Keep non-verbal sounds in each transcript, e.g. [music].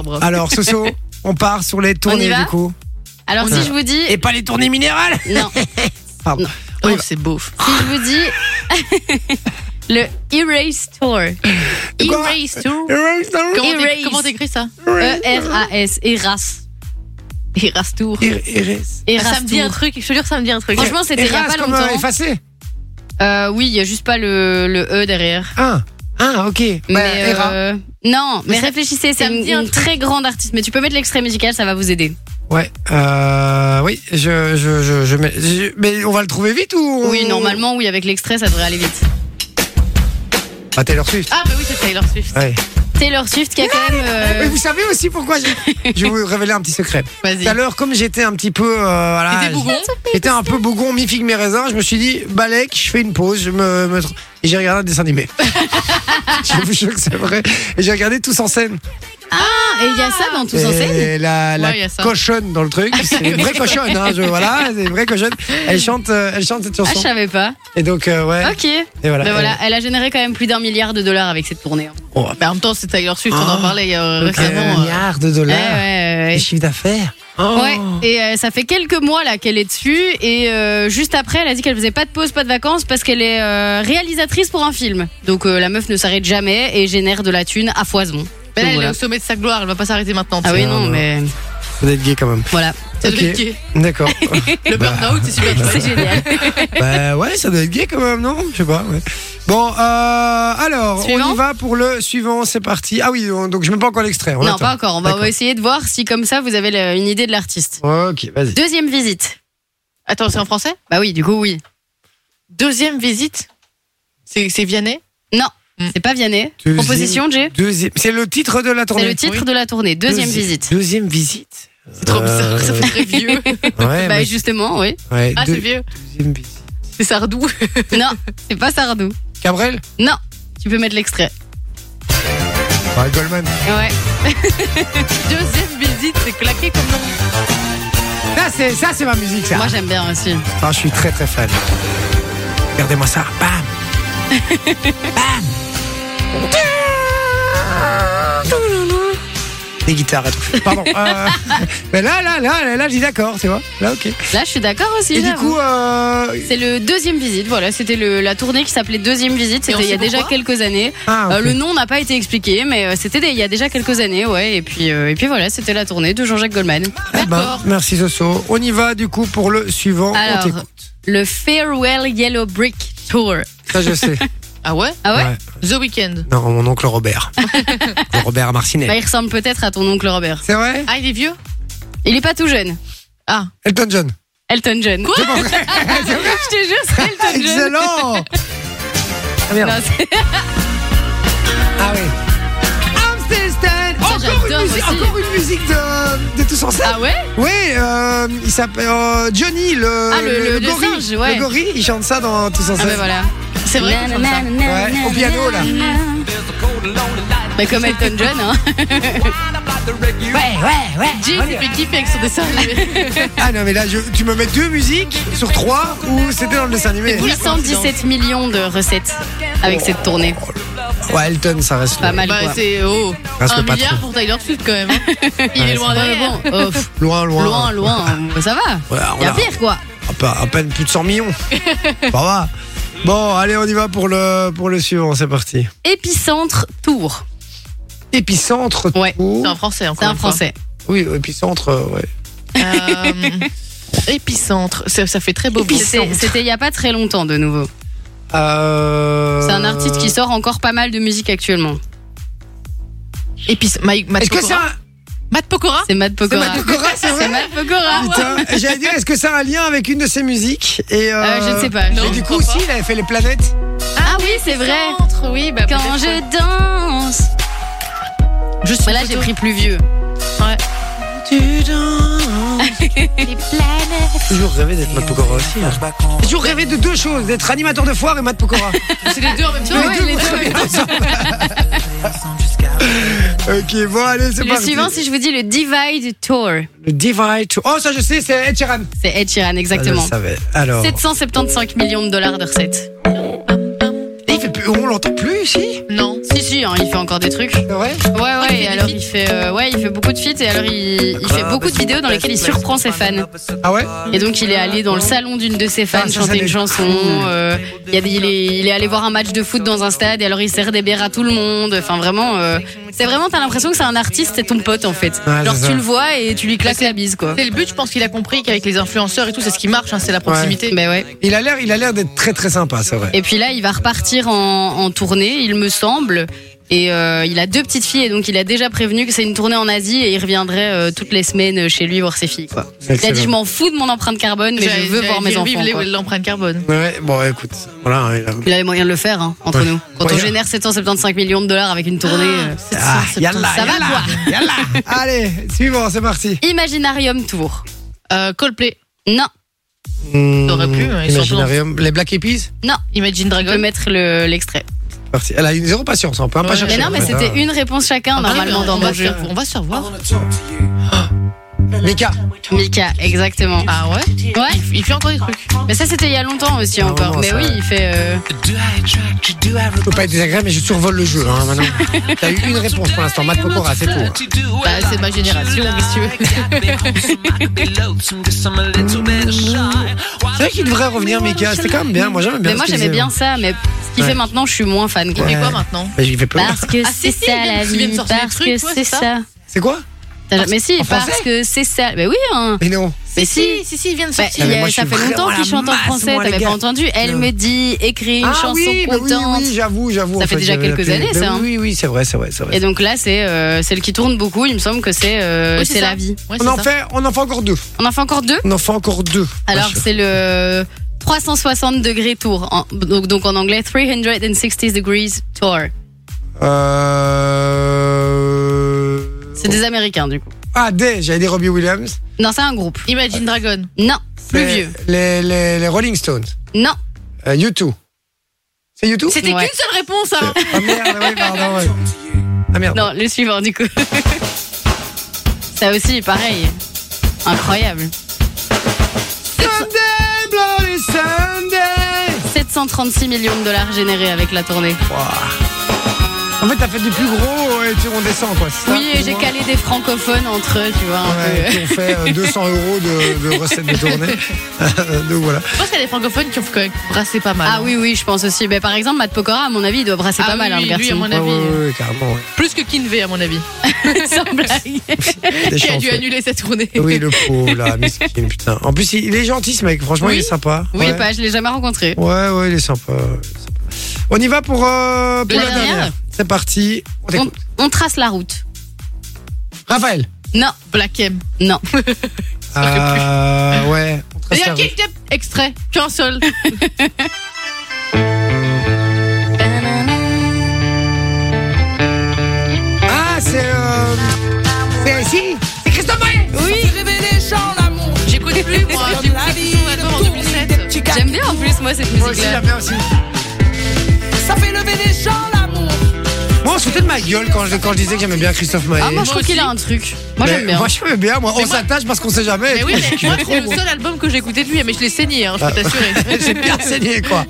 arbre. [laughs] Alors, Soso, on part sur les tournées On y va du coup. Alors on si y je vous dis Et pas les tournées minérales non, [laughs] Pardon. Non. On y Oh, va. c'est beau. Si je vous dis [laughs] le Erase Tour. Quoi Erase Tour. Erase the- Comment t'éc- Erase. Comment t'écris ça Erase- E R A S. Erase. Erase Tour. Er- Erase. Erase Ça me dit un Tour. truc, je te jure, ça me dit un truc. Franchement, c'était il y a Erase pas comme longtemps. euh, effacé. Euh, oui, il y a juste pas le, le E derrière. Ah, ah, ok. Bah, mais Era. euh, non, mais, Mais ça- réfléchissez, c'est ça me une, dit un une très grande artiste. Mais tu peux mettre l'extrait musical, ça va vous aider. Ouais. Euh, oui, je, je, je, je, mets- je- Mais on va le trouver vite ou on- Oui, normalement, oui, avec l'extrait, ça devrait aller vite. Ah, Taylor Swift. Ah, bah oui, c'est Taylor Swift. Ouais. Taylor Swift qui a quand même. euh, Mais vous savez aussi pourquoi j'ai- Je vais vous révéler un petit secret. Vas-y. Tout à l'heure, comme j'étais un petit peu. euh, voilà, T'étais bougon J'étais un peu bougon, mi figue mes raisins. Je me suis dit, Balek, je fais une pause, je me, me tr- et j'ai regardé un dessin [laughs] animé. je vous jure que c'est vrai. Et j'ai regardé tous en scène. Ah, et il y a ça dans tous en scène. Et la, la Ouais, il y a ça. cochonne dans le [laughs] truc, c'est une vraie cochonne. Hein, je- voilà, c'est une vraie cochonne. Elle chante, euh, elle chante cette Ah, je chanson. savais pas. Et donc, euh, ouais. Ok. Et voilà. Ben voilà, elle a généré quand même plus d'un milliard de dollars avec cette tournée. hein. Oh, bah, Bah, en même temps, c'est Taylor Swift, on Ah, en parlait euh, un récemment. euh. milliard de dollars Ouais, ouais, ouais, de ouais. chiffre d'affaires. Oh. Ouais, et euh, ça fait quelques mois là qu'elle est dessus et euh, juste après elle a dit qu'elle faisait pas de pause, pas de vacances parce qu'elle est euh, réalisatrice pour un film. Donc euh, la meuf ne s'arrête jamais et génère de la thune à foison. Mais là, Donc, elle est voilà. au sommet de sa gloire, elle va pas s'arrêter maintenant. Ah oui Non, non non. mais Vous êtes gay quand même. voilà, Ça doit Ok. être gay. [laughs] D'accord. Le Bah. burn-out, c'est super [laughs] c'est chouette. génial. bah ouais, ça doit être gay quand même, non Je sais pas. ouais. Bon, euh, alors, on Suivant y va pour le suivant, c'est parti. Ah oui, on- donc je mets pas encore l'extrait. on non attend. pas encore, on va D'accord. essayer de voir si comme ça vous avez le- une idée de l'artiste. Ok, vas-y. Deuxième visite. Attends, c'est en français Bah oui, du coup oui. Deuxième visite C'est c'est Vianney C'est pas Vianney. Deuxième- Proposition Jay Deuxième. C'est le titre de la tournée. C'est le titre Oui. de la tournée, deuxième Deuxi- visite. Deuxième visite. Euh, C'est trop bizarre, ça fait très [laughs] vieux. Ouais, [laughs] Bah mais- justement, oui. ouais, Ah, deux- c'est vieux. deuxième visite. C'est Sardou. [laughs] Non, c'est pas Sardou. Cabrel Non, tu peux mettre l'extrait. Ouais, Goldman. Ouais. Deuxième visite, c'est claqué comme nom. Ça, c'est, ça, c'est ma musique, ça. Moi j'aime bien aussi. Ah, je suis très, très fan. Regardez-moi ça. Bam [laughs] Bam Des guitares et tout. Pardon. euh, [laughs] mais là, là, là, là, là, je dis d'accord, tu vois. Là, ok. Là je suis d'accord aussi. Et du j'avoue. coup, euh... C'est le deuxième visite, voilà, c'était le- la tournée qui s'appelait Deuxième Visite, Et on c'était il y a sait déjà pourquoi quelques années. ah, ok. Euh, le nom n'a pas été expliqué, mais euh, c'était des- il y a déjà quelques années, ouais, et puis, euh, et puis voilà, c'était la tournée de Jean-Jacques Goldman. Eh ben, merci, Soso. On y va, du coup, pour le suivant. Alors. On t'écoute. Le Farewell Yellow Brick Tour. Ça, je sais. Ah ouais Ah [laughs] ouais, Ouais. The Weeknd. Non, mon oncle [laughs] Robert. Le Robert Marcinet. Bah, Il ressemble peut-être à ton oncle Robert. C'est vrai Ah, il est vieux Il est pas tout jeune. Ah, Elton John. Elton John. [laughs] Quoi Je te jure, c'est Elton John. [laughs] Excellent Ah, merde. Non, c'est- [laughs] Ah oui. I'm still standing. Ça, Encore, une j'adore musique- aussi. encore une musique de, de Tous en scène. Ah ouais Oui, euh, il s'appelle euh, Johnny, le, Ah, le- le- le gorille. singe, ouais. Le gorille, il chante ça dans Tous en Ah scène. bah voilà. c'est vrai qu'il chante ça. Ouais, au piano, là. Bah, comme Elton John, hein. Ah, Eh, Jay s'est fait kiffer avec son dessin animé. Ah non, mais là, je- tu me mets deux musiques sur trois où c'était dans le dessin animé. 817 millions de recettes avec cette tournée. Oh, Ouais, Elton, ça reste Pas mal, Bah, quoi. c'est oh, Parce un que Ah, pas milliard pour Taylor Swift quand même. hein. Il Ouais, est loin Ouais, derrière. bon, euh, pff, loin, [laughs] loin. loin, loin, euh, ça va. Ouais, on Il y a a- pire, quoi. à pe- à peine plus de 100 [laughs] millions. Ça va. Bon, allez, on y va pour le, pour le suivant, c'est parti. Épicentre Tour. Épicentre. Ouais, Tour. C'est un français C'est encore. un une fois. français. Oui, épicentre, euh, ouais. Euh, épicentre, ça, ça fait très beau. Puis c'est- C'était il y a pas très longtemps, de nouveau. Euh, C'est un artiste qui sort encore pas mal de musique actuellement. Épicentre. Matt Est-ce que c'est Pokora. un. Matt Pokora C'est Matt C'est Pokora. Matt Pokora, [laughs] c'est C'est vrai Ah, Matt Pokora. Putain, j'allais dire, est-ce que ça a un lien avec une de ses musiques et euh, Euh, je ne sais pas. Non. Et du je crois coup, aussi, pas. il avait fait les [laughs] planètes. Ah oui, c'est vrai. Épicentre, Oui, bah, Quand peut-être, je danse. ouais. Juste Bah là, une j'ai photo. pris plus vieux. Toujours rêvé d'être Matt Pokora aussi. hein. J'ai toujours rêvé de deux choses, d'être animateur de foire et Matt [laughs] Pokora. C'est les deux en même temps. Ouais, ouais. les deux. ok, bon, allez, c'est Le parti. suivant, si je vous dis le Divide Tour, Le Divide. Tour. Oh, ça, je sais, c'est Ed Sheeran. c'est Ed Sheeran, Ah, je exactement. le savais. Alors. 775 millions de dollars de recettes. Et il fait plus- on l'entend plus ici Non. Si, si, hein, il fait encore des trucs. C'est vrai Ouais, il ouais, fait et Ah, des alors feats. il fait, euh, ouais, il fait beaucoup de feats et alors il, Bah, il fait beaucoup de vidéos dans lesquelles il surprend ses fans. Ah ouais Et donc il est allé dans le salon d'une de ses fans Ah, ça, ça chanter l'est. une chanson. euh, il, y a des- il est, il est allé voir un match de foot dans un stade et alors il sert des bières à tout le monde. Enfin vraiment, euh, c'est vraiment t'as l'impression que c'est un artiste, c'est ton pote en fait. Ouais, Genre c'est ça. tu le vois et tu lui claques la bise quoi. C'est le but, je pense qu'il a compris qu'avec les influenceurs et tout, c'est ce qui marche, hein, c'est la proximité. Ben ouais. Il a l'air, il a l'air d'être très très sympa, c'est vrai. Et puis là il va repartir en, en tournée, il me semble. Et euh, il a deux petites filles et donc il a déjà prévenu que c'est une tournée en Asie et il reviendrait euh, toutes les semaines chez lui voir ses filles quoi. Il a dit je Excellent. m'en fous de mon empreinte carbone mais J'allais- je veux voir j'allais mes dire, enfants. vive quoi. les- l'empreinte carbone. Ouais, bon, écoute, voilà. hein, il a- Il a les moyens de le faire, hein, entre Ouais. nous. Quand on Ouais. génère 775 millions de dollars avec une tournée. euh, Ah, yalla, ça va, yalla, quoi yalla. Allez, suivant, c'est parti. Imaginarium Tour. Euh, Coldplay, Non, T'aurais pu, hein, ils sont Imaginarium. Les Black Eyed non. Imagine Je peux Dragon. mettre le- l'extrait. c'est parti. Elle a une zéro patience, on peut pas Ouais. chercher. mais non, mais Ouais, c'était hein. une réponse chacun, normalement, dans Ah, on va, mon se jeu. faire- on va se revoir. Ah. Mika. Mika, exactement. Ah ouais Ouais, Il fait encore des trucs. mais ça, c'était il y a longtemps aussi Non, encore. non, mais Ah, ça- oui, il fait. euh, Faut pas être désagréable, mais je survole le jeu, hein, maintenant. T'as eu une réponse pour l'instant, Matt Pokora, c'est tout. hein. Bah, c'est de ma génération, qu'est-ce [laughs] que tu veux. C'est vrai qu'il devrait revenir, Mika. C'était quand même bien. Moi, j'aimais bien. Mais moi, ce qu'il j'aimais faisait. bien ça, mais ce qu'il Ouais. fait maintenant, je suis moins fan. quoi. Il fait quoi Ouais. maintenant hein. Mais j'y fais plus. Parce que Ah, c'est si, si, il ça vient- la il vient de vie, sortir des parce trucs, que ouais, c'est c'est ça. ça. C'est quoi T'as- Mais si, en parce français que c'est ça. Mais oui, hein. Mais non. Mais si. si, euh, si, si, il vient de Bah, sortir. Ah, il y mais a- moi, je ça suis fait longtemps vraiment qu'il la chante en masse, français, moi, les t'avais gars. pas entendu Elle Non. me dit, écris une chanson mais Ah oui, contente. oui, oui, j'avoue, j'avoue. Ça fait Enfin, déjà j'avais quelques appelé. années, Mais ça, hein. bah Oui, oui, c'est vrai, c'est vrai, c'est vrai. Et donc là, c'est euh, celle qui tourne beaucoup. Il me semble que c'est euh, Oui, c'est ça. la vie. Ouais, On c'est en ça. fait, on en fait encore deux. On en fait encore deux. On en fait encore deux. Alors Bien sûr. c'est le 360 degrés tour. En- donc, donc en anglais 360 degrees tour. Euh... C'est des Américains du coup. Ah, des, j'avais dit Robbie Williams. Non, c'est un groupe. Imagine Dragon. Non, plus Les- vieux. Les, les, les Rolling Stones. Non. Euh, U2. C'est U2 C'était Ouais. qu'une seule réponse, [laughs] hein Ah merde, oui, pardon. ouais. Ah merde. Non, le suivant du coup. [laughs] Ça aussi, pareil. Incroyable. Sunday, bloody Sunday. 736 millions de dollars générés avec la tournée. Ouah. En fait, t'as fait du plus gros et tu, on descend, quoi. c'est ça Oui, et j'ai Ouais, calé des francophones entre eux, tu vois. un peu. qui ont fait euh, [laughs] 200 euros de, de recettes de tournée. Donc voilà. Je pense qu'il y a des francophones qui ont quand même brassé pas mal. Ah oui, oui, je pense aussi. Mais par exemple, Matt Pokora, à mon avis, il doit brasser Ah pas oui, mal, hein, le lui, à garçon. mon Ouais, avis. ouais, ouais, carrément. ouais. Plus que Kinvey, à mon avis. [laughs] Sans blague. Des Qui a chances, dû ouais. annuler sa tournée. Oui, le pauvre, là, miskin, putain. En plus, il il est gentil, ce mec. Franchement, Oui. il est sympa. Oui, ouais. pas, je l'ai jamais rencontré. Ouais, ouais, il est sympa. il est sympa. On y va pour, euh, pour La la dernière. dernière C'est parti. On On, t'écoute. on trace la route. Raphaël. Non, Black M. non. Euh, [laughs] ouais. on Ah, Il y trace la a route. quelques extraits, qu'un seul. Ah, c'est. Euh... C'est ici C'est Christophe Maé Oui, rêver les gens l'amour. J'écoute plus, moi. J'ai pris son album en 2007. J'aime bien en plus, moi, cette Moi aussi, musique-là. j'aime bien aussi. Ça fait lever les gens l'amour. Moi, on se foutait de ma gueule quand je, quand je disais que j'aimais bien Christophe Maé. Ah, moi, je trouve aussi. qu'il a un truc. Moi, Mais j'aime bien. Moi, j'aimais bien, moi. Mais on moi- s'attache parce qu'on sait jamais. Mais oui, mais moi, c'est le seul album que j'ai écouté de lui, mais je l'ai saigné, hein, je Ah. peux [laughs] t'assurer. [laughs] J'ai bien saigné, quoi.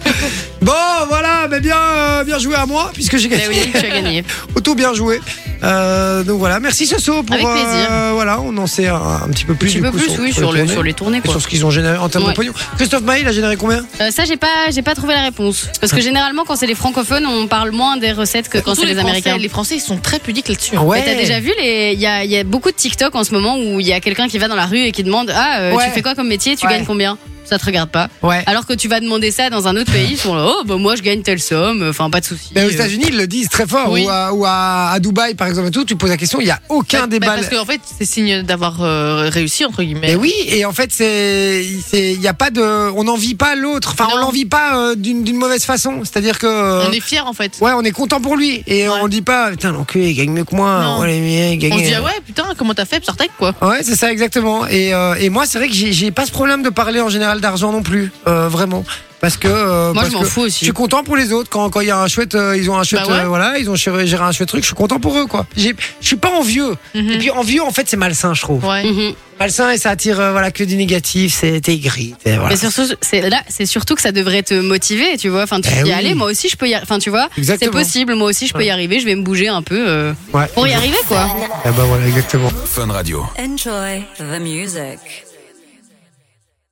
Bon, voilà, mais bien, euh, bien joué à moi, puisque j'ai gagné. Mais oui, tu as gagné. Auto bien joué. Euh, donc voilà, merci Soso pour. Avec plaisir. euh, voilà, on en sait un, un petit peu plus. Tu du peux coup, plus, oui, sur, les le, tournées. sur les tournées, Et quoi. sur ce qu'ils ont généré en termes Ouais. de pognon. Christophe Maé, il a généré combien Euh, ça, j'ai pas, j'ai pas trouvé la réponse. Parce que généralement, quand c'est les francophones, on parle moins des recettes que quand Surtout c'est les, Français, américains. Les Français, ils sont très pudiques là-dessus. hein. Mais t'as déjà vu, les- il y a, il y a beaucoup de TikTok en ce moment où il y a quelqu'un qui va dans la rue et qui demande Ah, euh, Ouais. tu fais quoi comme métier Tu Ouais. gagnes combien Ça te regarde pas. Ouais. Alors que tu vas demander ça dans un autre pays, ils sont là Oh, bah moi, je gagne telle somme, enfin, pas de souci. Mais Ben, aux Euh, États-Unis, ils le disent très fort. Oui. Ou, à, ou à, à Dubaï, par exemple, et tout, tu poses la question, il n'y a aucun Bah, débat. bah, Parce qu'en fait, c'est signe d'avoir euh, réussi, entre Et guillemets. oui, et en fait, c'est, c'est, il y a pas de, on n'envie pas l'autre. Enfin, on Non. l'envie pas euh, d'une, d'une mauvaise façon. C'est-à-dire que, euh, On est fiers, en fait. ouais, on est content pour lui et Ouais. on dit pas, putain, l'enculé, il gagne mieux que moi. Non. Ouais, les miens, ils gagnent- On se dit, euh. ah ouais, putain, comment t'as fait, Sartek, quoi. Ouais, c'est ça exactement. Et, euh, et moi, c'est vrai que j'ai, j'ai pas ce problème de parler en général parle d'argent non plus, euh, vraiment. Parce que. euh, Moi, parce je m'en que fous Je aussi. suis content pour les autres quand quand il y a un chouette, euh, ils ont un chouette, Bah ouais. euh, voilà, ils ont géré géré un chouette truc. Je suis content pour eux, quoi. J'ai- Je suis pas envieux. Mhm. Et puis envieux, en fait, c'est malsain, je trouve. Ouais. Mhm. Malsain et ça attire, euh, voilà, que du négatif. C'est t'es gris. t'es- voilà. Mais surtout, c'est là, c'est surtout que ça devrait te motiver, tu vois. Enfin, tu Eh y oui. aller. Moi aussi, je peux y. ar- Enfin, tu vois, c'est Exactement. possible. Moi aussi, je peux y arriver. Je vais me bouger un peu euh, Ouais. pour y arriver, quoi. Ah bah voilà, exactement. Fun Radio. Enjoy the music.